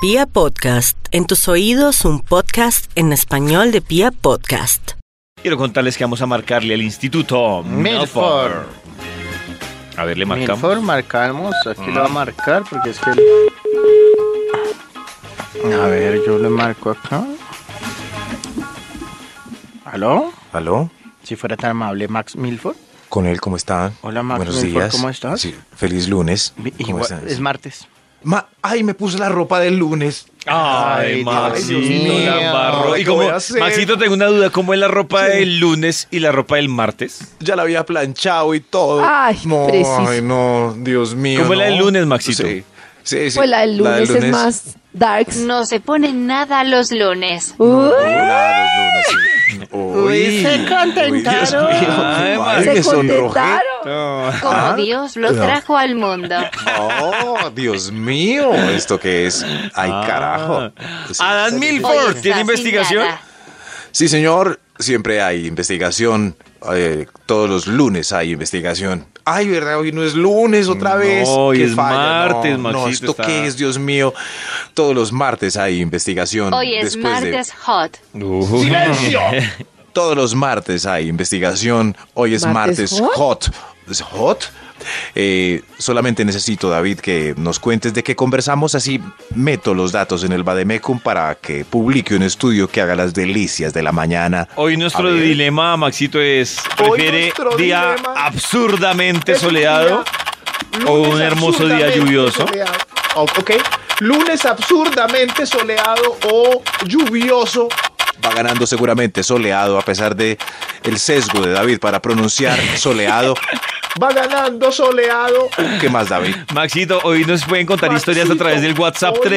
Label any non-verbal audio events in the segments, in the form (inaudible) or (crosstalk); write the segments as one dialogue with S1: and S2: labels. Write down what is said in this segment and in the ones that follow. S1: Pia Podcast, en tus oídos un podcast en español de Pia Podcast.
S2: Quiero contarles que vamos a marcarle al instituto
S3: Milford.
S2: Milford. A ver, le marcamos.
S3: Milford, marcamos. Aquí
S4: Mm.
S3: lo va a marcar porque es que. el- A ver, yo le marco acá. ¿Aló?
S4: Aló,
S3: Si fuera tan amable, Max Milford.
S4: con él, ¿cómo están?
S3: Hola, Max
S4: Buenos
S3: Milford,
S4: días.
S3: ¿cómo estás?
S4: Sí, feliz lunes.
S3: Mi-
S4: ¿Cómo
S3: igual-
S4: estás?
S3: es martes.
S4: Ma- Ay, me puse la ropa del lunes.
S2: Ay,
S3: Ay,
S2: Maxito,
S3: Dios mío.
S2: la embarró.
S4: Ay,
S2: Y
S4: ¿qué voy
S2: como,
S4: a hacer?
S2: Maxito, tengo una duda. ¿Cómo es la ropa del lunes y la ropa del martes?
S4: Ya la había planchado y todo.
S5: Ay,
S4: no,
S5: preciso.
S4: ay, no, Dios mío.
S2: ¿Cómo es la
S4: no.
S2: del lunes, Maxito?
S4: Sí, sí, sí.
S5: Pues la del lunes,
S4: lunes.
S5: es más darks.
S6: No se pone nada los lunes.
S5: Uy,
S4: La del lunes, sí. Uy,
S3: se contentaron.
S4: Uy, Dios mío.
S2: Ay,
S4: Madre,
S5: se
S4: me sonrojé.
S5: contentaron.
S6: Como
S2: Ah.
S6: Dios lo
S4: no.
S6: trajo al mundo.
S4: Oh, Dios mío, ¿esto qué es? Ay, carajo. Pues Sí.
S2: Adán
S6: Hoy
S2: Milford,
S6: está
S2: ¿tiene
S6: sin
S2: investigación?
S6: nada.
S4: Sí, señor, siempre hay investigación. Eh, todos los lunes hay investigación. Ay, ¿verdad? Hoy no es lunes otra vez.
S2: hoy
S4: Qué
S2: es martes,
S4: no, no,
S2: Maxito,
S4: ¿esto
S2: está-
S4: qué es, Dios mío? Todos los martes hay investigación.
S6: Hoy es
S4: después de-
S6: martes hot.
S2: Ujú.
S4: Todos los martes hay investigación. Hoy es martes,
S5: ¿Martes
S4: hot. ¿Es hot? Eh, solamente necesito, David, que nos cuentes de qué conversamos. Así meto los datos en el Bademecum para que publique un estudio que haga las delicias de la mañana.
S2: (laughs) Hoy
S4: A
S2: nuestro
S4: ver.
S2: dilema, Maxito, es
S4: Hoy
S2: ¿prefiere
S4: nuestro
S2: día
S4: dilema
S2: absurdamente
S3: es un
S2: soleado o un hermoso día lluvioso?
S3: ok. Lunes absurdamente soleado o lluvioso.
S4: va ganando seguramente soleado a pesar de el sesgo de David para pronunciar soleado.
S3: Va ganando soleado.
S4: ¿Qué más David?
S2: Maxito, hoy nos pueden contar historias a
S3: Maxito,
S2: través del WhatsApp
S3: hoy,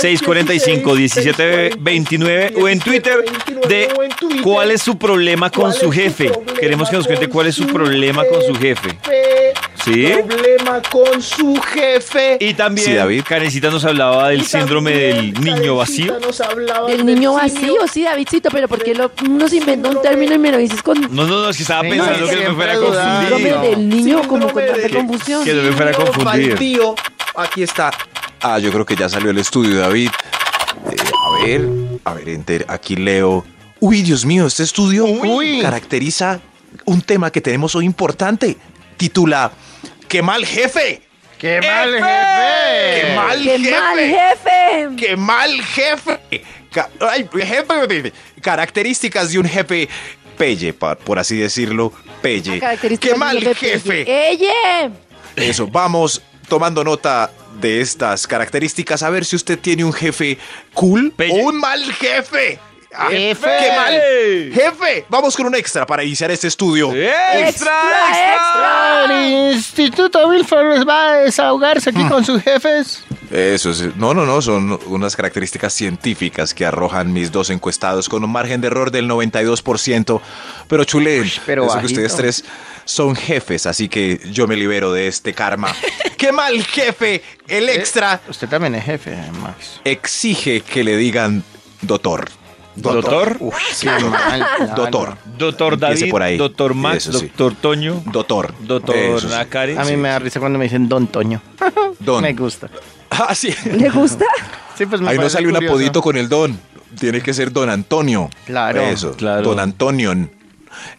S2: 316-645-1729 o en Twitter
S3: 1729
S2: de
S3: o en Twitter.
S2: cuál es su problema Ah, con
S3: ¿Cuál
S2: su
S3: es su
S2: jefe.
S3: problema
S2: Queremos que nos cuente
S3: con
S2: cuál es su
S3: su
S2: problema con su jefe.
S3: Pe-
S2: ¿Sí?
S3: Problema con su jefe.
S2: Y también
S4: Sí, David.
S2: Karencita nos hablaba del
S3: Y
S2: síndrome
S3: también
S2: del niño
S3: Karencita
S2: vacío.
S3: nos hablaba
S5: Del
S3: del
S5: niño
S3: síndrome-
S5: vacío, sí, Davidcito, pero ¿por qué lo, nos inventa un término y me lo dices con
S2: No, no, no, es que estaba
S3: Venga,
S2: pensando que no me
S3: siempre
S2: fuera a
S3: dudaba.
S2: confundir.
S5: síndrome del niño como con
S3: Síndrome
S5: tanta
S3: de-
S5: confusión?
S2: Que no me fuera a
S3: Síndrome
S2: confundir.
S3: baldío.
S4: Aquí está. Ah, yo creo que ya salió el estudio David. Eh, a ver, a ver, enter, aquí leo. Uy, Dios mío, este estudio
S3: Uy.
S4: caracteriza un tema que tenemos hoy importante. Titula ¡Qué mal jefe!
S3: ¡Qué mal
S4: ¡Efe!
S3: jefe!
S4: ¡Qué mal
S5: ¡Qué
S4: jefe!
S5: mal, jefe!
S4: ¡Qué mal jefe! Ca- ay, jefe! Características de un jefe pelle, pa- por así decirlo,
S5: La
S4: pelle.
S5: característica
S4: ¡Qué
S5: del
S4: mal
S5: niño
S4: jefe!
S5: Pelle. ¡Ella!
S4: Eso, vamos tomando nota de estas características a ver si usted tiene un jefe cool
S2: Pelle.
S4: o un mal jefe. Ah,
S3: Jefe.
S4: ¡Qué mal jefe! Vamos con un extra para iniciar este estudio.
S2: ¡Extra,
S5: ¡Extra,
S2: extra!
S5: extra!
S3: El Instituto Wilford va a desahogarse
S4: Mm.
S3: aquí con sus jefes.
S4: Eso sí. No, no, no. Son unas características científicas que arrojan mis dos encuestados con un margen de error del 92%. Pero chule,
S3: pero
S4: eso que
S3: bajito.
S4: ustedes tres son jefes, así que yo me libero de este
S3: (laughs)
S4: karma. ¡Qué mal jefe! El
S3: Eh.
S4: extra
S3: Usted también es jefe, eh, Max.
S4: exige que le digan doctor.
S2: ¿Doctor?
S4: Uf, sí.
S3: Qué mal plan.
S4: Doctor.
S2: Doctor
S4: Empiece
S2: David,
S4: por ahí.
S2: doctor Max,
S4: Eso sí.
S2: doctor Toño,
S4: Doctor.
S2: doctor
S4: Eso sí.
S2: Nakare.
S3: A mí me da risa cuando me dicen Don Toño.
S4: Don.
S3: Me gusta. (laughs)
S4: Ah, sí.
S5: ¿Le gusta?
S3: Sí, pues me
S4: Ahí no
S3: parece
S4: sale un
S3: curioso.
S4: apodito con el don. Tiene que ser don Antonio.
S3: Claro,
S4: Eso,
S2: claro.
S4: Don Antonion.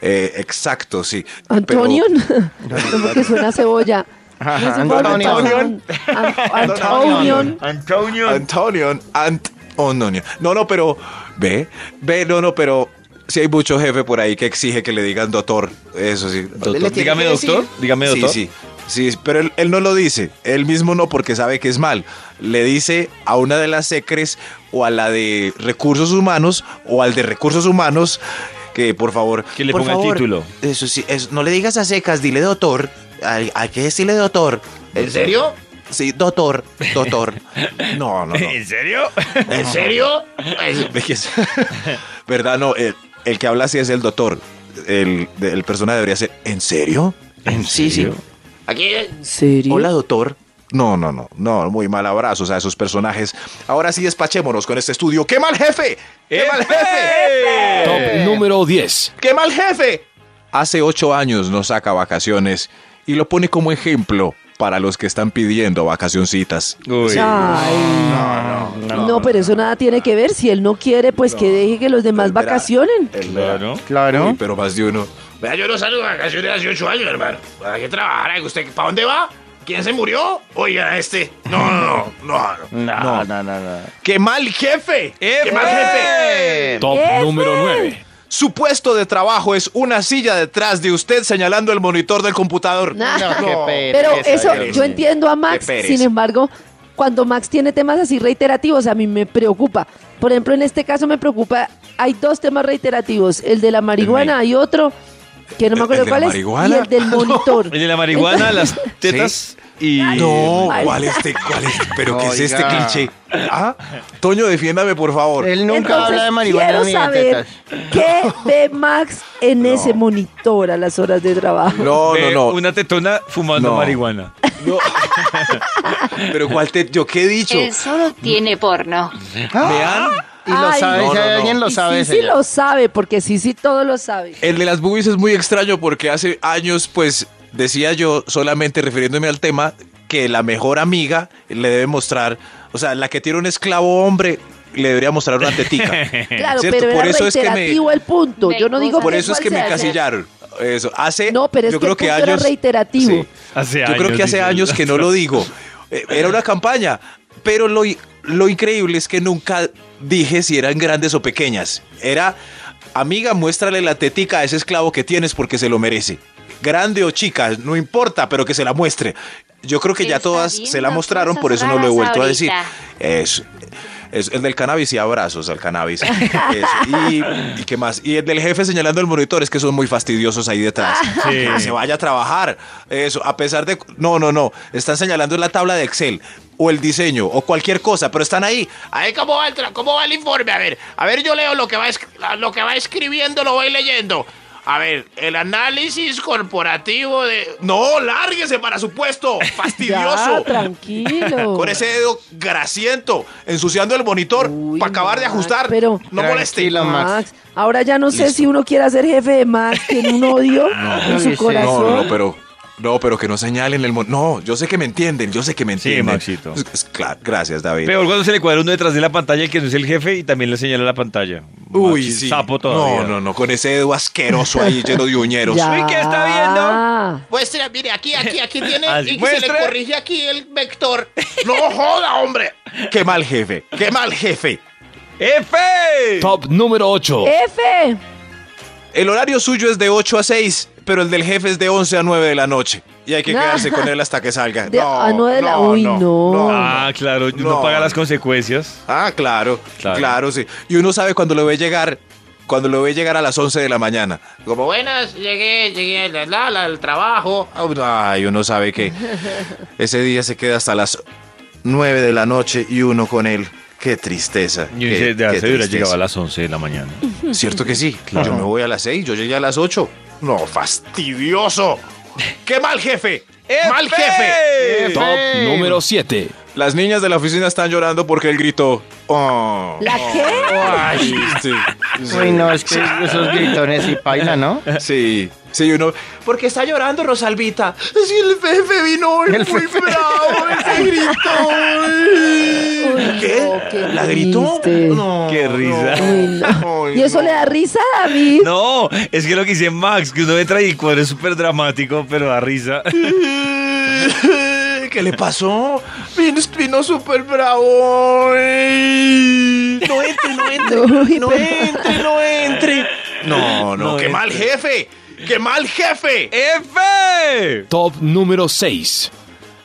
S4: Eh, exacto, sí. Pero-
S5: ¿Antonion? (laughs) Como que suena a cebolla. No sé
S3: Ajá,
S5: por qué
S3: Antonio.
S5: pasan- An- Antonion.
S2: Antonio.
S4: Antonion. Ant Ononio. No, no, pero. Ve, ve, no, no, pero. Si hay mucho jefe por ahí que exige que le digan doctor. Eso sí.
S2: Doctor,
S3: tiene
S2: dígame,
S3: que
S2: doctor. Dígame,
S4: Sí,
S2: doctor.
S4: sí. Sí, pero él, él no lo dice. Él mismo no porque sabe que es mal. Le dice a una de las secres o a la de recursos humanos o al de recursos humanos que por favor...
S2: Que le
S4: por
S2: ponga el
S4: favor,
S2: título.
S4: Eso sí, eso- no le digas a secas, dile doctor. Hay, hay que decirle doctor. ¿En serio? Sí, doctor, doctor. No, no, no.
S2: ¿En serio?
S4: ¿En serio? (laughs) ¿Verdad? No, el, el que habla así es el doctor. El, el personaje debería ser, ¿en serio?
S2: ¿En serio?
S5: ¿Serio?
S4: Hola, doctor. No, no, no, no, muy mal abrazos a esos personajes. Ahora sí despachémonos con este estudio. ¡Qué mal jefe! ¡Qué mal jefe!
S7: Top
S2: Eh.
S7: número 10.
S4: ¡Qué mal jefe! Hace ocho años no saca vacaciones y lo pone como ejemplo para los que están pidiendo vacacioncitas.
S2: Uy.
S5: Ay, no, pero eso nada tiene que ver. Si él no quiere, pues que deje que los demás
S4: Volverá.
S5: vacacionen.
S2: Claro.
S4: Uy,
S3: Claro.
S4: pero más de uno.
S7: Vea, yo no salgo de vacaciones hace ocho años, hermano. ¿Para qué trabajar? Ay, ¿Usted para dónde va? ¿Quién se murió? Oiga, este. No, no, no, no. no.
S3: No, no, no, no.
S4: ¡Qué mal jefe!
S7: ¿Qué más, jefe?
S8: Top número 9.
S4: Su puesto de trabajo es una silla detrás de usted señalando el monitor del computador.
S5: Nah.
S3: qué pereza,
S5: Pero eso,
S3: Dios
S5: yo
S3: mío.
S5: entiendo a Max,
S4: Qué pereza.
S5: sin embargo, cuando Max tiene temas así reiterativos, a mí me preocupa. Por ejemplo, en este caso me preocupa, hay dos temas reiterativos, el de la marihuana y otro, que no me acuerdo
S4: de la
S5: cuál es, y
S4: marihuana?
S5: el del monitor.
S2: El de la marihuana, las tetas y.
S4: No,
S5: Ay.
S4: ¿cuál es este? ¿Cuál es? ¿Pero qué es este
S3: Oiga.
S4: cliché? Ah, Toño, defiéndame, por favor.
S3: Él nunca
S5: Entonces,
S3: habla de marihuana
S5: quiero
S3: ni de
S5: saber
S3: tetas.
S5: qué ve Max en ese monitor a las horas de trabajo.
S4: No, no,
S2: Ve
S4: no.
S2: Una tetona fumando
S4: No.
S2: marihuana.
S4: No. (laughs) Pero ¿cuál te... ¿Yo qué he dicho?
S6: Él solo tiene porno.
S3: Y lo
S5: Ay,
S3: sabe,
S4: no,
S3: si
S4: no, no.
S3: alguien lo
S5: Y
S3: sabe.
S5: sí, sí
S3: señor.
S5: lo sabe, porque sí, sí, todo lo sabe.
S4: El de las boobies es muy extraño porque hace años, pues, decía yo, solamente refiriéndome al tema, que la mejor amiga le debe mostrar, o sea, la que tiene un esclavo hombre, le debería mostrar una tetica.
S5: Claro,
S4: Cierto,
S5: pero
S4: por
S5: era
S4: eso es que me-
S5: reiterativo el punto. Yo no digo
S4: Por
S5: que
S4: eso es
S5: cuál
S4: que me
S5: sea, o sea,
S4: encasillaron. Eso, hace,
S5: No, pero es
S4: yo
S5: que
S4: creo
S5: el
S4: que
S5: punto era
S4: años...
S5: reiterativo.
S4: Sí.
S8: Hace
S4: Yo creo que hace
S8: dice.
S4: años que no lo digo. Eh, Era una campaña, pero lo, i- lo increíble es que nunca dije si eran grandes o pequeñas. Era, amiga, muéstrale la tetica a ese esclavo que tienes porque se lo merece. Grande o chica, no importa, pero que se la muestre. Yo creo que ya
S6: Está
S4: todas
S6: viendo
S4: se la mostraron, por eso
S6: cosas
S4: no lo he
S6: raras
S4: vuelto a
S6: ahorita.
S4: decir. Es, es el del cannabis y abrazos al
S5: (laughs)
S4: cannabis. Eso. Y, y qué más. Y el del jefe señalando el monitor, es que son muy fastidiosos ahí detrás.
S8: Sí.
S4: Que se vaya a trabajar. Eso, a pesar de. No, no, no. Están señalando la tabla de Excel o el diseño o cualquier cosa, pero están ahí.
S7: A ver, ¿cómo va, el tra- ¿cómo va el informe? A ver, a ver, yo leo lo que va, es- lo que va escribiendo, lo voy leyendo. A ver, el análisis corporativo de...
S4: No, lárguese para su
S5: (laughs)
S4: puesto.
S5: Ya,
S4: Fastidioso.
S5: tranquilo.
S4: (laughs) Con ese dedo grasiento, ensuciando el monitor
S5: Uy,
S4: para acabar de
S5: Max,
S4: ajustar.
S5: pero-
S4: no moleste.
S3: Tranquilo, Max.
S5: Max. Ahora ya no sé si uno quiere ser jefe de Max, tiene un odio en su
S3: Sí, sí.
S5: corazón.
S4: No, no, pero. No, pero que no señalen el... mo- No, yo sé que me entienden, yo sé que me
S2: Sí,
S4: entienden.
S2: Maxito.
S4: Es- es- claro, gracias, David.
S2: Peor cuando se le cuadra uno detrás de la pantalla el que no es el jefe y también le señala la pantalla.
S4: Uy,
S2: Machi-
S4: sí.
S2: Sapo todavía.
S4: No, no, no, con ese dedo asqueroso
S5: (laughs)
S4: ahí lleno de uñeros.
S5: Ya.
S2: Uy, ¿qué está viendo?
S7: Muestre, mire, aquí, aquí, aquí
S2: (laughs)
S7: tiene...
S2: Ah, sí.
S7: y se le
S2: Muestre.
S7: corrige aquí el vector. No joda, hombre.
S4: Qué mal jefe, qué mal jefe.
S2: ¡Jefe!
S8: Top número 8.
S5: Eh, F.
S4: El horario suyo es de 8 a 6, pero el del jefe es de 11 a 9 de la noche. Y
S5: (laughs)
S4: hay que
S5: Ah.
S4: quedarse con él hasta que salga.
S5: De-
S4: no,
S5: a nueve de la- uy, no.
S2: Ah, claro, uno
S4: No.
S2: paga las consecuencias.
S4: Ah, claro,
S2: Claro.
S4: claro, sí. Y uno sabe cuando lo ve llegar, cuando lo ve llegar a las 11 de la mañana.
S7: Como buenas, llegué, llegué la, la, la, al trabajo.
S4: Ay, uno sabe
S5: (laughs)
S4: que ese día se queda hasta las 9 de la noche y uno con él. Qué tristeza.
S2: Y
S4: qué-
S2: dice, de
S4: qué
S2: hace hubiera
S4: tristeza.
S2: llegado a las 11 de la mañana. (laughs)
S4: Cierto que sí. Yo me voy a las 6, yo llegué a las 8. No, fastidioso. ¡Qué mal jefe! ¡Mal jefe!
S3: Jefe.
S8: Top número 7.
S4: Las niñas de la oficina están llorando porque él gritó. "Oh".
S5: ¿La qué? (laughs)
S4: Sí, sí,
S3: Uy, no, es que esos gritones y paila, (laughs) ¿no?
S4: sí. Sí, uno. ¿Por qué está llorando, Rosalvita? Sí, el jefe vino hoy
S3: El
S4: muy
S3: jefe.
S4: bravo, ese gritó.
S5: Uy,
S4: ¿Qué?
S5: no, qué
S4: ¿La gritó?
S5: triste.
S4: No,
S2: Qué risa.
S5: Uy, no.
S4: Ay,
S5: ¿Y eso
S4: no.
S5: le da risa a David?
S2: No, es que lo que dice Max, que uno entra y el cuadro es súper dramático, pero da risa.
S4: (laughs) ¿Qué le pasó? Vino, vino súper bravo. ey. No entre, no entre.
S5: (laughs) Uy,
S4: No
S5: pero-
S4: entre, no entre. No, no,
S2: No
S4: qué
S2: entre.
S4: mal jefe. Qué mal jefe.
S2: ¡Jefe!
S8: Top número 6.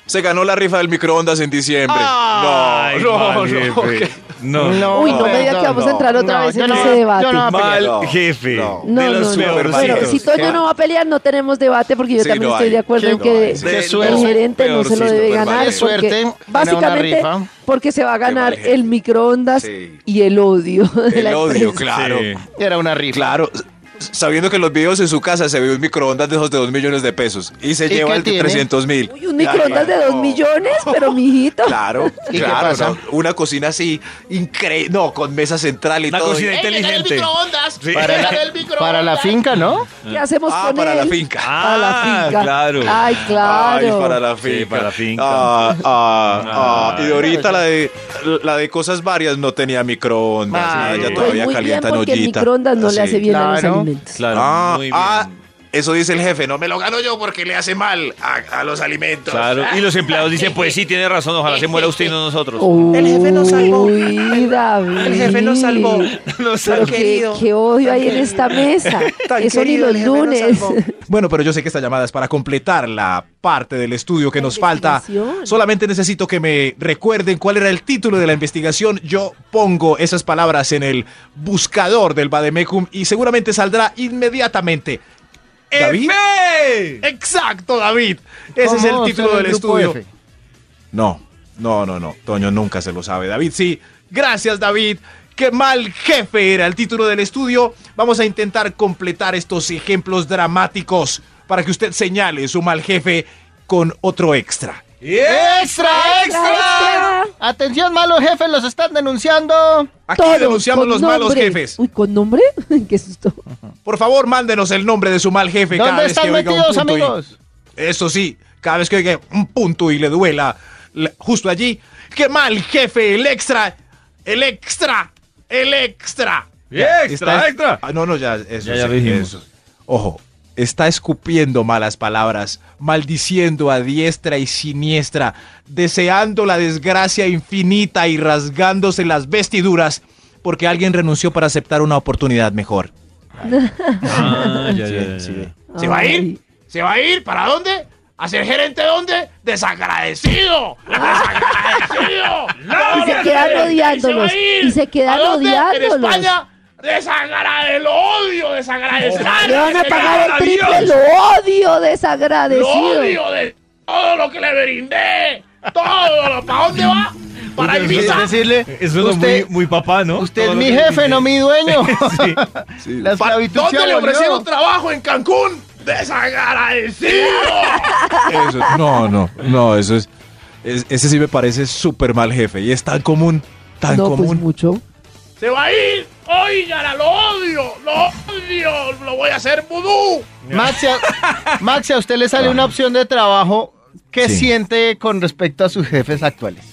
S4: Se ganó la rifa del microondas en diciembre.
S2: Ay,
S4: no, no,
S2: mal
S4: no.
S2: jefe. No.
S5: Uy, no me diga que vamos a entrar otra vez en
S3: yo no-
S5: ese debate.
S3: yo no-
S2: Mal
S4: No,
S2: jefe.
S4: no.
S5: No,
S2: de
S5: no,
S2: los
S5: no.
S2: peores.
S4: Superman.
S5: Pero
S4: Dios,
S5: si Toño
S3: qué-
S5: no va a pelear, no tenemos debate porque yo
S4: Sí,
S5: también
S4: no
S5: estoy
S4: hay.
S5: de acuerdo
S4: Sí,
S5: en
S4: no
S5: que
S4: hay. Sí,
S2: Qué
S5: el
S2: suerte.
S5: gerente no
S2: Peor,
S5: se lo
S2: sí,
S5: debe
S4: Superman.
S5: ganar.
S4: Qué
S3: suerte,
S5: porque
S3: era una
S5: Básicamente
S3: rifa.
S5: porque se va a ganar
S4: mal jefe.
S5: el microondas
S4: Sí.
S5: y el odio. de
S4: El
S5: la
S4: odio,
S5: empresa.
S4: claro.
S2: Sí.
S3: Era una rifa.
S4: Claro. sabiendo que en los videos en su casa se ve un microondas de esos de 2 millones de pesos y se
S3: ¿Y
S4: lleva
S3: qué
S4: el de
S3: tiene?
S4: 300 mil.
S5: Uy, un microondas de dos millones, pero mijito. (laughs)
S4: Claro,
S3: qué
S4: claro,
S3: pasa?
S4: no, una cocina así increíble, no, con mesa central y
S2: Una
S4: todo.
S2: cocina
S4: y-
S7: ¡Ey, que está en el
S2: inteligente.
S7: microondas!
S2: Sí.
S7: Para,
S3: Para la, para la finca, ¿no?
S5: ¿Qué hacemos
S4: Ah,
S5: con
S4: para
S5: él?
S4: la finca.
S5: Para la
S2: Ah,
S5: finca.
S2: claro.
S5: Ay, claro.
S4: Ay, para la
S2: Sí,
S4: finca.
S2: para la finca.
S4: Ah, ah, ah.
S2: Ay.
S4: Y ahorita la de, la de cosas varias no tenía microondas.
S2: Ay.
S4: Ella
S2: Pues
S5: Pues
S4: todavía
S5: muy bien,
S4: calienta en
S5: porque el
S4: ollita.
S5: microondas no
S4: Sí.
S5: le hace bien a los
S3: Claro.
S5: alimentos.
S2: Claro,
S4: Ah,
S2: muy bien.
S4: ah, eso dice el jefe, no me
S7: Me
S4: lo.
S7: lo gano yo porque le hace mal a, a los alimentos.
S2: Claro. Y los empleados dicen, pues sí, tiene razón, ojalá se muera usted y no nosotros.
S8: Oh.
S5: el jefe nos salvó. Uy, David. El jefe nos salvó. qué, qué odio hay en esta mesa. Eso ni los lunes.
S4: Bueno, pero yo sé que esta llamada es para completar la parte del estudio que nos falta.
S5: investigación.
S4: Solamente necesito que me recuerden cuál era el título de la investigación. Yo pongo esas palabras en el buscador del Bademecum y seguramente saldrá inmediatamente. ¿David? Exacto, David. Ese es el
S3: ¿Cómo
S4: título
S3: ser
S4: del
S3: el grupo
S4: estudio.
S3: F?
S4: No, no, no, no. Toño nunca se lo sabe. David, sí. Gracias, David. Qué mal jefe era el título del estudio. Vamos a intentar completar estos ejemplos dramáticos para que usted señale su mal jefe con otro extra.
S3: ¡Extra, extra!
S5: extra!
S3: Atención, malos jefes, los están denunciando.
S4: Aquí
S5: Todos,
S4: denunciamos
S5: con
S4: los malos
S5: nombre.
S4: jefes.
S5: Uy, ¿con nombre? (laughs) qué susto.
S4: Por favor, mándenos el nombre de su mal jefe. cada
S3: ¿Dónde
S4: vez
S3: están
S4: que oiga un
S3: metidos,
S4: punto y-
S3: amigos?
S4: Eso sí, cada vez que oiga un punto y le duela la- justo allí, qué mal jefe, el extra, el extra, el extra. Ya,
S2: Extra,
S4: está-
S2: extra.
S4: Ah, no, no, ya, eso,
S2: Ya, ya
S4: sí,
S2: dijimos.
S4: eso. Ojo, está escupiendo malas palabras, maldiciendo a diestra y siniestra, deseando la desgracia infinita y rasgándose las vestiduras porque alguien renunció para aceptar una oportunidad mejor.
S2: Ah, ya, ya, ya, ya.
S7: ¿Se va a
S5: Ay.
S7: ir? ¿Se va a ir? ¿Para dónde? ¿A ser gerente dónde? ¡Desagradecido! ¡Desagradecido!
S5: Y se quedan odiándolos. Y se quedan
S7: odiando. ¿En
S5: odiándolos.
S7: España? Desagra el odio, desagradecido.
S5: Le van a pagar el triple, lo odio
S7: ¡Lo
S5: desagradecido.
S7: odio de todo lo que le brindé! ¡Todo! Lo, ¿Para dónde va? ¿Para Ibiza?
S3: Es decirle,
S2: Eso es muy,
S3: usted,
S2: muy papá, ¿no?
S3: usted
S2: Todo
S3: es
S2: lo
S3: mi
S2: que
S3: jefe,
S2: dice.
S3: no
S2: (laughs)
S3: mi dueño. La
S7: ¿Pa-
S3: esclavitud se
S7: ¿Dónde le
S3: abolió.
S7: ofrecieron trabajo en Cancún? ¡Desagradecido!
S4: Eso, no, no, no, eso es, es- Ese sí me parece súper mal jefe y es tan común, tan
S5: No, pues
S4: común.
S5: mucho.
S7: ¡Se va a ir! ¡Oígala! ¡Lo odio! ¡Lo odio! ¡Lo voy a hacer vudú!
S3: Maxi, a, Maxi, a usted le sale una opción de trabajo. ¿Qué
S4: Sí.
S3: siente con respecto a sus jefes actuales?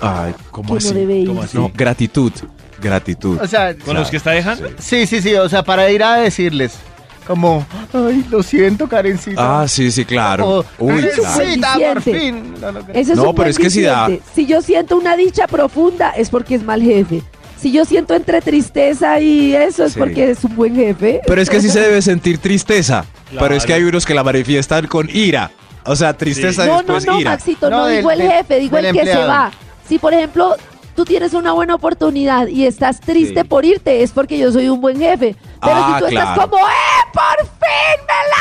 S4: Ay,
S5: Que
S4: ¿cómo
S5: no
S4: así?
S5: debe ir.
S4: ¿Cómo así? No, gratitud, gratitud.
S3: O sea,
S2: ¿Con los que está dejando?
S3: sí, sí, sí, o sea, para ir a decirles como, ay, lo siento, Karencita.
S4: Ah, sí, sí, claro.
S7: Oh,
S3: O,
S4: Uy,
S5: Eso
S4: claro.
S5: sí.
S3: Karencita, por
S5: Suficiente.
S3: fin. lo logré".
S5: Ese es
S4: No,
S5: un
S4: pero
S5: buen
S4: es que si da-
S5: diciente. Si yo siento una dicha profunda, es porque es mal jefe. Si yo siento entre tristeza y eso, es
S4: Sí.
S5: porque es un buen jefe.
S4: Pero es que sí se debe sentir tristeza. Pero es que hay unos que la manifiestan con ira. O sea, tristeza
S5: No, no,
S4: después
S5: no,
S4: ira.
S5: Maxito, no,
S3: No, del-
S5: digo el
S3: del-
S5: jefe, digo el
S3: del
S5: que se
S3: empleado.
S5: va. Si, por ejemplo, tú tienes una buena oportunidad y estás triste
S4: Sí.
S5: por irte, es porque yo soy un buen jefe. Pero
S4: Ah,
S5: si tú
S4: claro.
S5: estás como, ¡eh, por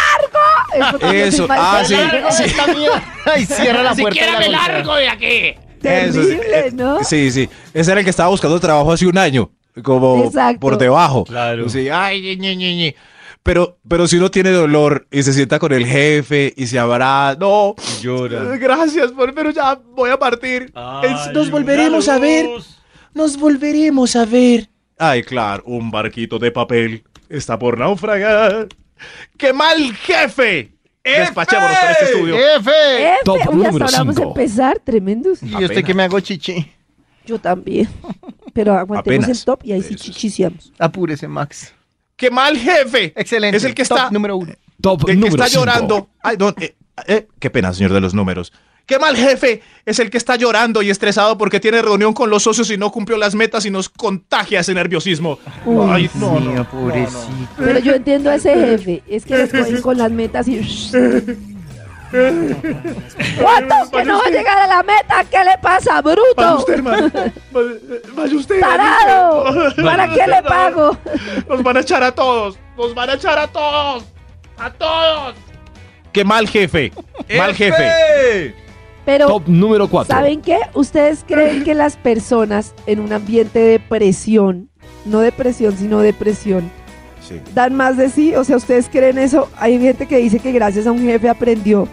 S5: fin me largo! Es porque yo soy
S4: Eso,
S5: mal
S4: ah,
S5: jefe.
S4: sí,
S3: Largo de
S5: (laughs)
S4: sí.
S3: esta mierda. Ay, cierra la puerta. de
S7: ¡Siquiera
S3: la
S7: me
S3: consola.
S7: largo de aquí!
S4: Eso sí, eh,
S5: Terrible, ¿no?
S4: Sí, sí. Ese era el que estaba buscando trabajo hace un año. Como
S5: Exacto.
S4: por debajo.
S2: Claro.
S4: Sí, ay, ñe, ñe, ñe, ñe. Pero, pero si uno tiene dolor y se sienta con el jefe y se habrá. No. Eh,
S2: Llora.
S4: Gracias, por, pero ya voy a partir. Es-
S2: Ay, una luz.
S4: Nos volveremos a ver. Ay, claro, un barquito de papel está por naufragar. ¡Qué mal jefe! Despachémonos con este estudio.
S3: Jefe.
S5: Jefe,
S8: Top
S5: uy, hasta
S8: número
S5: ahora vamos a
S8: cinco.
S5: empezar, tremendos.
S3: ¿Y usted que me hago chichi?
S5: Yo también. Pero aguantemos
S4: (laughs) Apenas.
S5: el top y ahí sí
S4: Eso.
S5: chichiseamos.
S3: Apúrese, Max.
S4: ¡Qué mal jefe!
S3: Excelente.
S4: Es el que
S3: Top
S4: está,
S3: número uno.
S8: Top
S4: el que
S8: número
S4: está
S8: 5.
S4: llorando. Ay, no, eh, eh, qué pena, señor de los números. ¡Qué mal jefe! Es el que está llorando y estresado porque tiene reunión con los socios y no cumplió las metas y nos contagia ese nerviosismo.
S5: Uy,
S4: Ay, no, no.
S5: Pero yo entiendo a ese jefe. Es que los cogen con las metas y. ¡Votos que no va a llegar a la meta! ¿Qué le pasa,
S4: Vaya
S5: bruto?
S4: usted, hermano. Vaya- Vaya usted.
S5: ¡Tarado! ¿Para qué le pago?
S4: Nos van a echar a todos.
S7: ¡Nos van a echar a todos! ¡A todos!
S4: Qué mal jefe. Mal jefe.
S5: Pero,
S8: Top número 4.
S5: ¿saben qué? ¿Ustedes creen que las personas en un ambiente de presión, no de presión, sino de presión,
S9: Sí.
S5: dan más de sí. O sea, ¿ustedes creen eso? Hay gente que dice que gracias a un jefe aprendió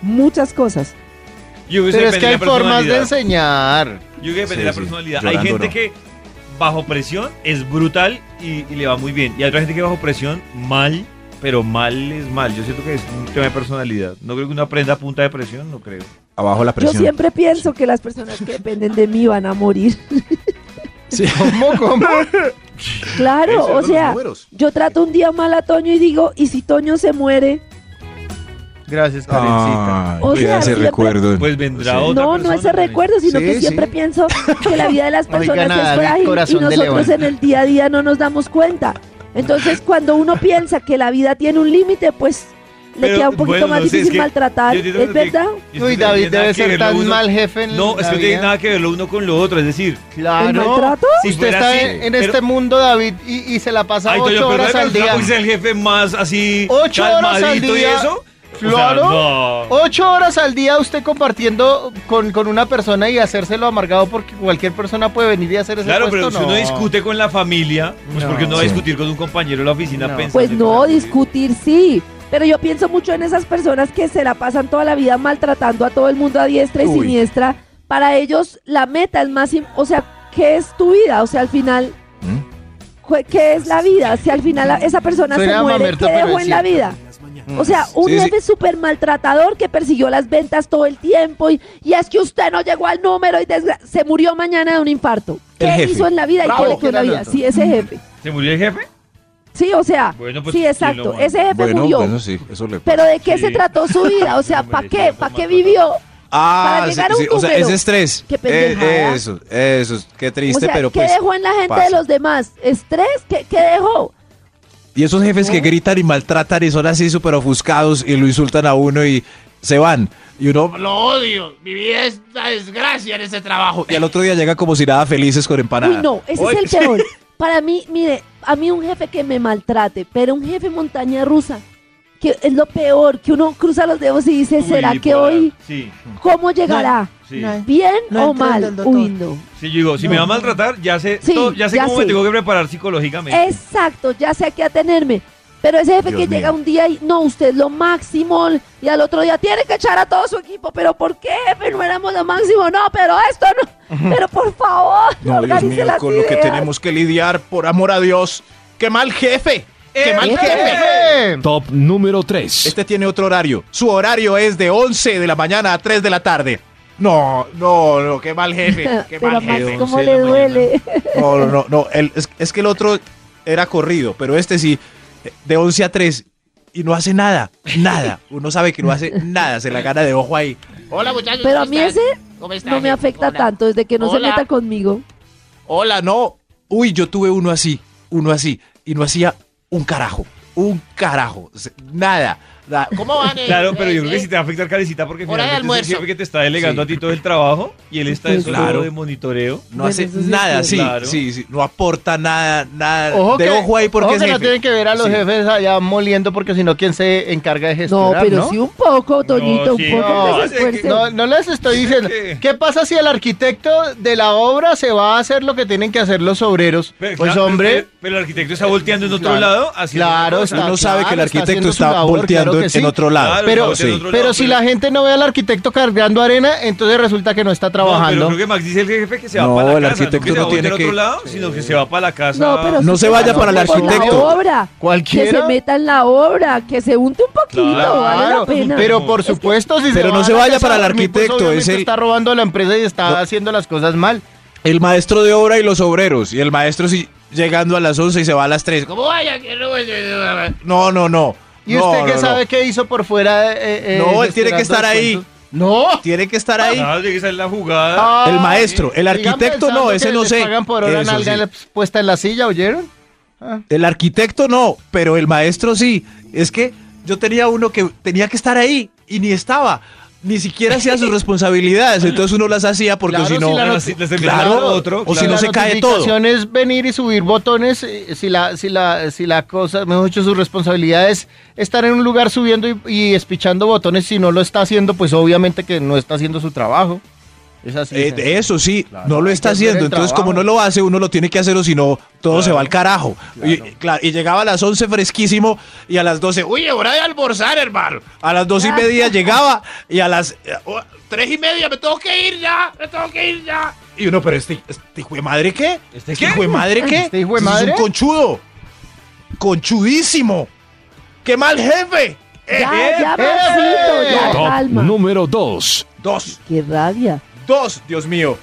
S5: muchas cosas.
S2: Yo creo que
S3: Pero es que
S2: depende
S3: hay
S2: de la
S3: formas de
S2: personalidad.
S3: enseñar.
S2: Yo creo que depende de la
S9: Sí, sí.
S2: personalidad. Hay
S9: Llorando,
S2: gente
S9: no.
S2: que bajo presión es brutal y, y le va muy bien. Y hay otra gente que bajo presión mal, pero mal es mal. Yo siento que es un tema de personalidad. No creo que uno aprenda a punta de presión, no creo.
S9: Abajo la
S5: Yo
S9: presión.
S5: siempre pienso que las personas que dependen de mí van a morir.
S3: ¿Cómo, cómo?
S5: Claro,
S9: Esos son
S5: o
S9: los
S5: sea,
S9: números.
S5: yo trato un día mal a Toño y digo, ¿y si Toño se muere?
S3: Gracias,
S4: Ah.
S3: Karencita.
S9: Ay,
S5: O
S9: qué
S5: sea,
S9: ese
S5: siempre-
S9: recuerdo.
S2: Pues vendrá
S9: Sí.
S2: otra
S5: No, no ese
S2: persona, Karen.
S5: recuerdo, sino
S9: Sí,
S5: que
S9: sí.
S5: siempre pienso que la vida de las
S3: Oigan,
S5: personas
S3: nada,
S5: es
S3: el
S5: frágil y
S3: corazón de
S5: nosotros
S3: león.
S5: en el día a día no nos damos cuenta. Entonces, cuando uno piensa que la vida tiene un límite, pues le
S2: Pero,
S5: queda un poquito
S2: bueno,
S5: más
S2: no sé, es
S5: difícil
S2: que
S5: maltratar.
S2: yo entiendo
S5: ¿Es
S2: lo que- Y
S5: verdad?
S3: Uy,
S2: eso no
S3: David
S2: tiene nada
S3: debe
S2: que
S3: ser
S2: verlo
S3: tan
S2: uno-
S3: mal jefe en
S2: No, es
S3: la
S2: que no tiene
S3: vida.
S2: nada que ver lo uno con lo otro. Es decir,
S5: ¿El
S3: Claro.
S5: maltrato?
S2: si
S3: Usted
S2: fuera
S3: está
S2: así,
S3: en, en
S2: pero-
S3: este mundo, David, y, y se la pasa
S2: Ay,
S3: ocho
S2: Toño,
S3: horas
S2: perdóname,
S3: al
S2: ¿usted no
S3: día.
S2: puede ser el jefe más así
S3: Ocho horas al
S2: calmadito y
S3: día.
S2: eso? O sea,
S3: Claro.
S2: no.
S3: Ocho horas al día usted compartiendo con, con una persona y hacérselo amargado porque cualquier persona puede venir y hacer ese
S2: Claro, pero
S3: puesto,
S2: si uno
S3: no.
S2: discute con la familia, pues
S3: No.
S2: porque uno va a
S9: Sí.
S2: discutir con un compañero de la oficina
S3: No.
S2: pensando.
S5: Pues
S2: en
S5: no,
S2: algo?
S5: discutir sí. Pero yo pienso mucho en esas personas que se la pasan toda la vida maltratando a todo el mundo a diestra y
S9: Uy.
S5: siniestra. Para ellos la meta es más, im- o sea, ¿qué es tu vida? O sea, al final,
S9: ¿Mm?
S5: cu- ¿qué es la vida? Si al final la- esa persona
S3: Suena
S5: se muere,
S3: mamerto,
S5: ¿qué
S3: pero
S5: dejó
S3: es
S5: en la
S3: cierto.
S5: vida? O sea, un
S9: Sí, sí.
S5: jefe súper maltratador que persiguió las ventas todo el tiempo y, y es que usted no llegó al número y desgra- se murió mañana de un infarto.
S9: El
S5: ¿Qué
S9: jefe.
S5: hizo en la vida y
S7: Bravo,
S5: qué le quedó en la vida?
S3: Gerardo.
S5: Sí, ese jefe.
S2: ¿Se murió el jefe?
S5: Sí, o sea,
S2: Bueno, pues,
S5: sí,
S2: ¿quién lo
S5: exacto.
S2: manda?
S5: Ese jefe
S9: Bueno,
S5: murió.
S9: bueno, sí, eso le
S5: Pero ¿de qué
S2: Sí.
S5: se trató
S2: (laughs)
S5: su vida? O sea,
S2: No
S5: ¿para
S2: merecía
S5: qué?
S2: ser
S5: ¿Para qué
S2: maltratado.
S5: vivió?
S9: Ah,
S5: para
S9: sí,
S5: llegar a un
S9: sí, o sea,
S5: número.
S9: ese estrés.
S5: Qué
S9: Eh,
S5: pendejada.
S9: eso, eso, qué triste,
S5: o sea,
S9: pero
S5: ¿qué
S9: pues.
S5: dejó en la gente de
S9: pasa.
S5: los demás? ¿Estrés? ¿Qué, qué dejó?
S9: Y esos jefes que gritan y maltratan y son así súper ofuscados y lo insultan a uno y se van. Y uno
S7: Lo odio. Mi vida es una desgracia en este trabajo.
S9: y al otro día llega como si nada felices con empanada.
S5: Uy, no, ese
S2: (laughs) Oye,
S5: es el peor. Para mí, mire, a mí un jefe que me maltrate, pero un jefe montaña rusa, que es lo peor, que uno cruza los dedos y dice,
S2: Uy,
S5: ¿será que
S2: bipolar.
S5: hoy
S2: Sí,
S5: cómo llegará?
S2: sí.
S5: ¿Bien
S3: No
S5: o
S3: entiendo
S5: mal?
S3: el doctor.
S5: Uy, no.
S2: Sí, yo digo, si me va a maltratar, ya sé,
S5: Sí,
S2: todo- ya sé
S5: ya
S2: cómo me
S5: sé.
S2: tengo que preparar psicológicamente.
S5: Exacto, ya sé a qué atenerme. Pero ese jefe
S9: Dios
S5: que llega
S9: mío.
S5: un día y no, usted es lo máximo y al otro día tiene que echar a todo su equipo. Pero ¿por qué, jefe? No éramos lo máximo. No, pero esto no. Pero por favor,
S9: No, Dios
S5: organice
S9: mío,
S5: las
S9: con lo que
S5: ideas.
S9: tenemos que lidiar, por amor a Dios. ¡Qué mal jefe! ¡Qué mal
S3: ¡Qué
S9: jefe!
S3: jefe!
S10: Top número 3.
S9: Este tiene otro horario. Su horario es de 11 de la mañana a 3 de la tarde. No, no, no, qué mal jefe. Qué
S5: Pero a
S9: mal
S5: Max,
S9: jefe.
S5: ¿cómo le duele?
S9: (laughs) No, no, no, no, el- es, es que el otro era corrido, pero este sí, de 11 a 3 y no hace nada, nada. Uno sabe que no hace nada, se la gana de ojo ahí.
S7: Hola, muchachos.
S5: Pero
S7: ¿cómo
S5: a mí
S7: están?
S5: ese
S7: ¿Cómo están?
S5: No me afecta
S7: Hola.
S5: tanto desde que no se
S7: Hola.
S5: meta conmigo.
S9: Hola, no. Uy, yo tuve uno así, uno así, y no hacía un carajo, un carajo, se- nada. nada.
S7: ¿Cómo van? eh?
S2: Claro,
S3: Pues,
S2: pero yo creo que
S7: Eh,
S2: si te va a afectar carecita porque
S7: Hora de
S2: finalmente es el
S7: almuerzo.
S2: jefe que te está delegando
S9: Sí.
S2: a ti todo el trabajo y él está en
S5: Pues
S9: claro.
S2: solo de monitoreo.
S9: No
S5: Bueno,
S9: hace
S5: eso sí es
S9: nada,
S5: cierto.
S9: sí,
S2: Claro.
S9: sí, sí, no aporta nada, nada.
S3: Ojo
S9: de
S3: que,
S9: ojo ahí porque
S3: ojo
S9: es
S3: que no
S9: jefe.
S3: tienen que ver a los
S9: Sí.
S3: jefes allá moliendo porque si no, ¿quién se encarga de
S5: No,
S3: gestionar?
S5: pero sí un poco, Toñito,
S2: sí,
S5: un poco
S3: no,
S5: que
S2: es
S5: se
S2: que-
S5: esfuerce.
S3: No, no les estoy diciendo.
S2: ¿Qué?
S3: ¿Qué pasa si el arquitecto de la obra se va a hacer lo que tienen que hacer los obreros?
S2: Pero,
S3: pues
S2: claro,
S3: hombre,
S2: Pero, pero el arquitecto está volteando en otro
S3: Claro.
S2: lado. haciendo
S3: Claro,
S2: otra cosa.
S3: está-
S9: Uno sabe que
S3: Ah,
S9: el
S3: claro, está
S9: arquitecto
S3: haciendo su
S9: está
S3: labor,
S9: volteando
S3: claro que
S9: en
S3: sí.
S9: otro lado.
S2: Claro,
S3: pero-
S2: está volteando en
S9: sí.
S2: otro lado,
S3: pero si la gente no ve al arquitecto cargando arena, entonces resulta que no está
S2: No,
S3: trabajando.
S2: pero creo que Max dice el jefe que se va
S9: No,
S2: para la
S9: el
S2: casa.
S9: arquitecto
S2: no, que se
S9: no
S2: va
S9: tiene
S2: del otro
S9: que-
S2: lado, sino que se va para la casa.
S5: No, pero
S9: No
S5: sí
S9: se vaya para el
S5: por
S9: arquitecto.
S5: La obra, que se
S3: Cualquiera.
S5: meta en la obra, que se unte un poquito,
S2: Claro,
S5: vale la pena.
S3: pero por supuesto, si
S9: Pero
S3: va
S9: no
S3: a
S9: se
S3: la
S9: vaya
S3: casa
S9: para el
S3: a dormir, pues,
S9: arquitecto,
S3: obviamente
S9: es el-
S3: está robando a la empresa y está
S9: No.
S3: haciendo las cosas mal.
S9: El maestro de obra y los obreros. Y el maestro sí, llegando a las 11 y se va a las 3.
S7: ¿Cómo vaya? Que no-
S9: No, no, no.
S3: ¿Y
S9: No,
S3: usted
S9: no,
S3: qué
S9: no.
S3: sabe qué hizo por fuera? eh, eh,
S9: No, él tiene que estar
S3: gestionando
S9: ahí.
S3: asuntos? No.
S9: Tiene que estar ahí.
S2: Claro, Ah, tiene que salir la jugada.
S3: Ah,
S9: El maestro, el
S3: sigan
S9: arquitecto,
S3: pensando
S9: no,
S3: que
S9: ese no
S3: les
S9: sé.
S3: pagan por hora
S9: Eso
S3: nalga
S9: sí.
S3: la- puesta en la silla, ¿oyeron? Ah.
S9: El arquitecto no, pero el maestro sí. Es que yo tenía uno que tenía que estar ahí y ni estaba. Ni siquiera hacía
S3: (laughs)
S9: sus responsabilidades. Entonces uno las hacía porque
S3: Claro,
S9: si no.
S3: si la
S2: Bueno,
S3: not-
S2: si les envían
S9: claro,
S2: a otro,
S9: o si
S2: claro.
S9: no se cae todo.
S3: La notificación es venir y subir botones. eh, Si la, si la, si la cosa, mejor dicho, sus responsabilidades estar en un lugar subiendo y, y espichando botones. Si no lo está haciendo, pues obviamente que no está haciendo su trabajo. Es así.
S9: Eh,
S3: sencillo.
S9: eso sí,
S3: Claro.
S9: no lo está
S3: Hay que hacer
S9: haciendo.
S3: el
S9: Entonces, como no
S3: trabajo.
S9: lo hace, uno lo tiene que hacer o si no, todo se va al carajo. Y, claro, y llegaba a las 11 fresquísimo y a las 12, uy,
S4: Oye, hora de almorzar, hermano.
S9: a las 2 y media llegaba y a las... eh,
S4: Oh, Tres y media, me tengo que ir ya, me tengo que ir ya.
S9: Y uno, pero este, este hijo de madre, ¿qué? ¿Este,
S2: qué?
S9: hijo de madre, qué?
S3: ¿Este hijo de
S9: Ese
S3: madre?
S9: Es un conchudo. Conchudísimo. ¡Qué mal jefe!
S5: (laughs) Ya, ya,
S3: ¡Eh!
S5: Maxito, ya,
S11: Top
S5: calma.
S11: número 2.
S9: Dos,
S5: Qué rabia.
S9: dos, Dios mío.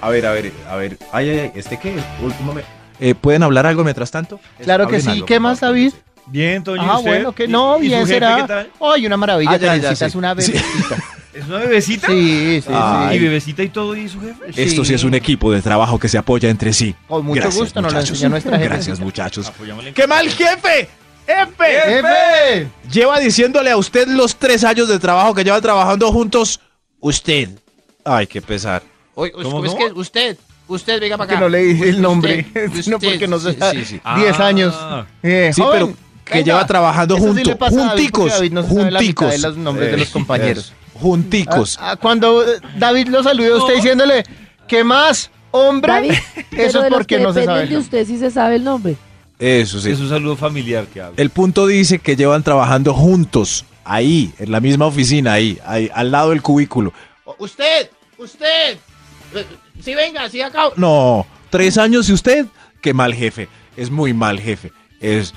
S9: A ver, a ver, a ver. Ay, ay, ay, ¿este qué? Último me- Eh, ¿Pueden hablar algo mientras tanto?
S3: Claro que
S9: Hablen
S3: sí.
S9: algo,
S3: ¿Qué
S9: por
S3: más,
S9: favor,
S3: David?
S9: yo sé.
S2: Bien, Toño. ¿y
S3: Ah,
S2: usted?
S3: bueno, que
S2: ¿Y- y
S3: no,
S2: su
S3: bien
S2: jefe qué
S3: será.
S2: tal?
S3: Ay, una maravilla,
S9: Ah, ya, ya,
S3: Karencita,
S9: sí.
S3: es una
S9: Sí. (laughs)
S3: bebecita.
S2: ¿Es una bebecita?
S3: Sí, sí, sí.
S9: Ay.
S2: ¿Y bebecita y todo y su jefe?
S9: Esto sí es un equipo de trabajo que se apoya entre sí.
S3: Con mucho
S9: Gracias,
S3: gusto nos lo
S9: muchachos.
S3: enseñó nuestra jefe.
S9: Gracias, muchachos.
S2: Apoyámosle.
S9: ¡Qué mal jefe! ¡Jefe!
S3: ¡Jefe!
S9: Lleva diciéndole a usted los tres años de trabajo que lleva trabajando juntos. Usted. Ay, qué pesar.
S4: Oye,
S2: ¿Cómo,
S4: es
S2: cómo?
S4: que usted, usted, venga para
S3: Que
S4: acá.
S3: no le dije el nombre,
S4: Usted,
S3: sino porque (laughs) no sé.
S4: usted, sí, sí.
S3: 10
S2: Ah.
S3: años. Eh,
S9: Sí,
S3: joven,
S9: pero que
S3: venga.
S9: lleva trabajando
S3: Eso sí
S9: juntos.
S3: le pasa a David, porque
S9: junticos.
S3: David no se sabe la mitad
S9: junticos.
S3: de los nombres de los compañeros.
S9: eso. Junticos.
S3: Ah, ah, cuando eh, David lo saluda a usted diciéndole, ¿qué más, hombre?
S5: David,
S3: (laughs)
S5: pero
S3: Eso
S5: de
S3: es
S5: los
S3: porque
S5: que
S3: no se
S5: dependen
S3: sabe. el
S5: de
S3: nombre.
S5: usted sí se sabe el nombre.
S3: ah.
S9: Eso sí.
S2: Es un saludo familiar que habla.
S9: El punto dice que llevan trabajando juntos. Ahí, en la misma oficina, ahí, ahí al lado del cubículo.
S4: O- Usted, usted. Eh, Sí, venga, sí, acá.
S9: No, tres años y usted, qué mal jefe. Es muy mal jefe. Es.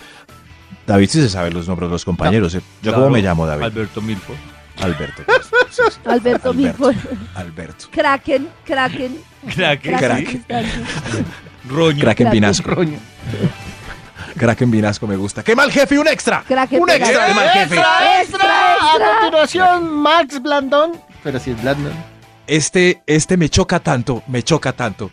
S9: David sí se sabe los nombres de los compañeros. ¿eh? ¿Yo
S2: Claro,
S9: cómo me llamo, David?
S2: Alberto Milfo.
S9: Alberto. pues, sí, sí.
S5: Alberto Milford.
S9: Alberto.
S5: Kraken, Kraken.
S2: Crack.
S5: Kraken.
S2: sí.
S5: Kraken.
S2: Roño.
S9: Kraken
S5: Kraken.
S9: Vinasco. Kraken Vinasco me gusta. ¡Qué mal jefe! ¡Un extra!
S5: Kraken
S9: ¡Un extra de mal jefe!
S5: extra,
S3: A
S5: extra.
S3: continuación, Max Blandón. Pero si es Blandón.
S9: Este, este me choca tanto, me choca tanto.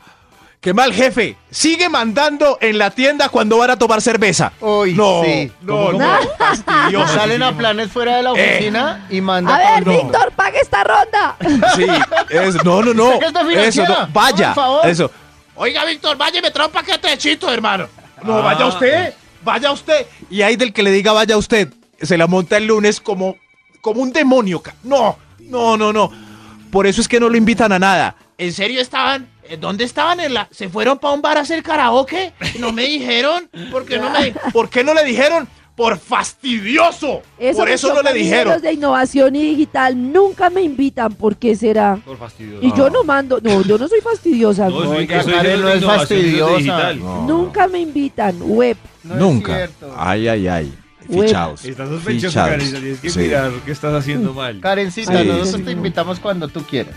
S9: ¡Qué mal jefe! Sigue mandando en la tienda cuando van a tomar cerveza.
S3: Uy,
S9: no,
S3: sí.
S9: no, no,
S3: Nos
S9: fastidioso.
S3: salen a planes fuera
S4: Eh.
S3: de la oficina y mandan.
S5: A ver,
S9: No.
S5: Víctor, pague esta ronda.
S9: Sí, es- no, no,
S3: (laughs)
S9: no.
S3: Saca esta
S9: Eso,
S3: financiera,
S9: no, vaya.
S3: por favor.
S9: Eso.
S4: Oiga, Víctor, vaya y me trae un paquete de chito, hermano.
S9: No,
S3: Ah.
S9: vaya usted, vaya usted. Y ahí del que le diga vaya usted, se la monta el lunes como, como un demonio. ca- No, no, no, no. Por eso es que no lo invitan a nada.
S4: ¿En serio estaban? eh, ¿Dónde estaban? En la... ¿Se fueron para un bar a hacer karaoke? ¿No me dijeron? Porque no me...
S9: ¿Por qué no le dijeron? Por fastidioso. Por
S5: me
S9: eso no
S5: choca
S9: le
S5: a mí de
S9: dijeron.
S5: Los de innovación y digital nunca me invitan. ¿Por qué será?
S2: Por fastidioso.
S5: Y yo no mando. No, yo no soy fastidiosa.
S2: No,
S5: no.
S2: soy-
S3: Oiga,
S2: soy
S3: Karen,
S2: de
S3: no es
S2: innovación, soy de
S3: fastidiosa.
S2: digital.
S5: Nunca me invitan. Web.
S3: No es cierto.
S9: Ay, ay, ay.
S5: Uy.
S2: Estás sospechoso, Karen. Tienes que
S9: Sí.
S2: mirar que estás haciendo mal.
S3: Karencita,
S9: Sí,
S3: nosotros
S9: sí.
S3: te invitamos cuando tú quieras.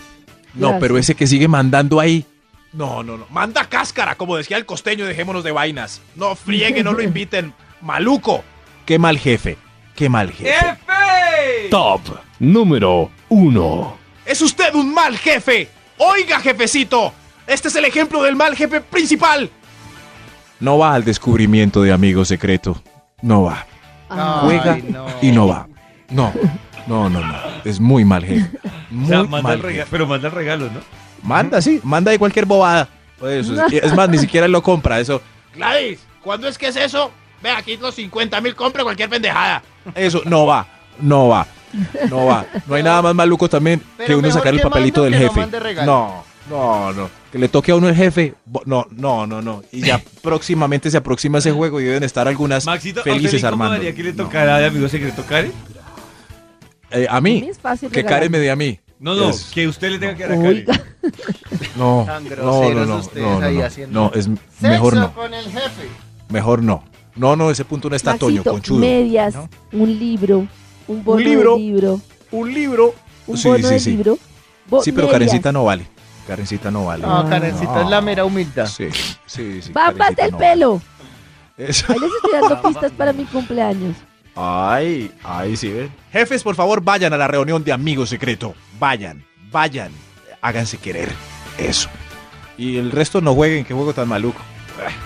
S9: No,
S5: Gracias.
S9: pero ese que sigue mandando ahí. No, no, no. Manda cáscara, como decía el costeño, dejémonos de vainas. No friegue,
S3: (laughs)
S9: no lo inviten. Maluco. Qué mal jefe. Qué mal jefe.
S11: Top número 1.
S9: Es usted un mal jefe. Oiga, jefecito. Este es el ejemplo del mal jefe principal. No va al descubrimiento de amigo secreto. No va.
S5: Ah,
S9: Juega
S3: Ay, no.
S9: y no va. No, no, no, no. Es muy mal jefe.
S2: O
S9: Muy
S2: sea, manda
S9: mal
S2: el regalo,
S9: jefe.
S2: pero manda el regalo, ¿no?
S9: Manda, sí. Manda de cualquier bobada. Pues, es- es más, ni siquiera lo compra. Eso,
S4: Gladys, ¿cuándo es que es eso? Ve, aquí los 50 mil, compre cualquier pendejada.
S9: eso no va. No va. No va. No hay nada más maluco también
S3: Pero
S9: que uno
S3: mejor
S9: sacar el
S3: que
S9: papelito
S3: mande
S9: del
S3: que no
S9: jefe.
S3: mande regalo.
S9: No, no, no. Que le toque a uno el jefe. bo- No, no, no, no.
S4: (laughs)
S9: Y ya próximamente se aproxima ese juego y deben estar algunas
S2: Maxito, ¿a usted
S9: felices
S2: le incomodaría
S9: armando.
S2: que le tocará de amigo secreto, Karen?
S9: Eh, a
S5: A mí
S9: mí,
S5: es fácil
S9: que
S5: regalar.
S9: Karen me dé a mí.
S2: No, no,
S9: Es-
S2: que usted le tenga que dar a Karen.
S5: Oiga.
S9: No,
S3: Tan
S9: no, no,
S3: groseros
S9: no,
S3: ustedes
S9: no, no,
S3: ahí
S9: no,
S3: haciendo
S9: no, es mejor
S3: Sexo
S9: no,
S3: con el jefe.
S9: mejor no. No, no, ese punto no está Toño,
S5: Maxito,
S9: conchudo.
S5: medias,
S9: ¿no?
S5: un libro, un bono
S9: libro.
S5: de libro,
S9: Un libro.
S5: un
S9: Sí,
S5: bono
S9: sí,
S5: de
S9: sí.
S5: libro. bo-
S9: Sí, pero
S5: medias.
S9: Karencita no vale. Karencita no vale.
S3: No, Karencita es la mera humildad.
S9: Sí, sí, sí.
S5: Bámbate
S9: Karencita
S5: el
S9: no vale. (laughs)
S5: pelo.
S9: Eso.
S5: Ahí les estoy dando pistas para mi cumpleaños.
S9: Ay, ay, sí ven. Jefes, por favor, vayan a la reunión de amigos secreto. Vayan, vayan. Háganse querer. Eso. Y el resto no jueguen, que juego tan maluco. Ah,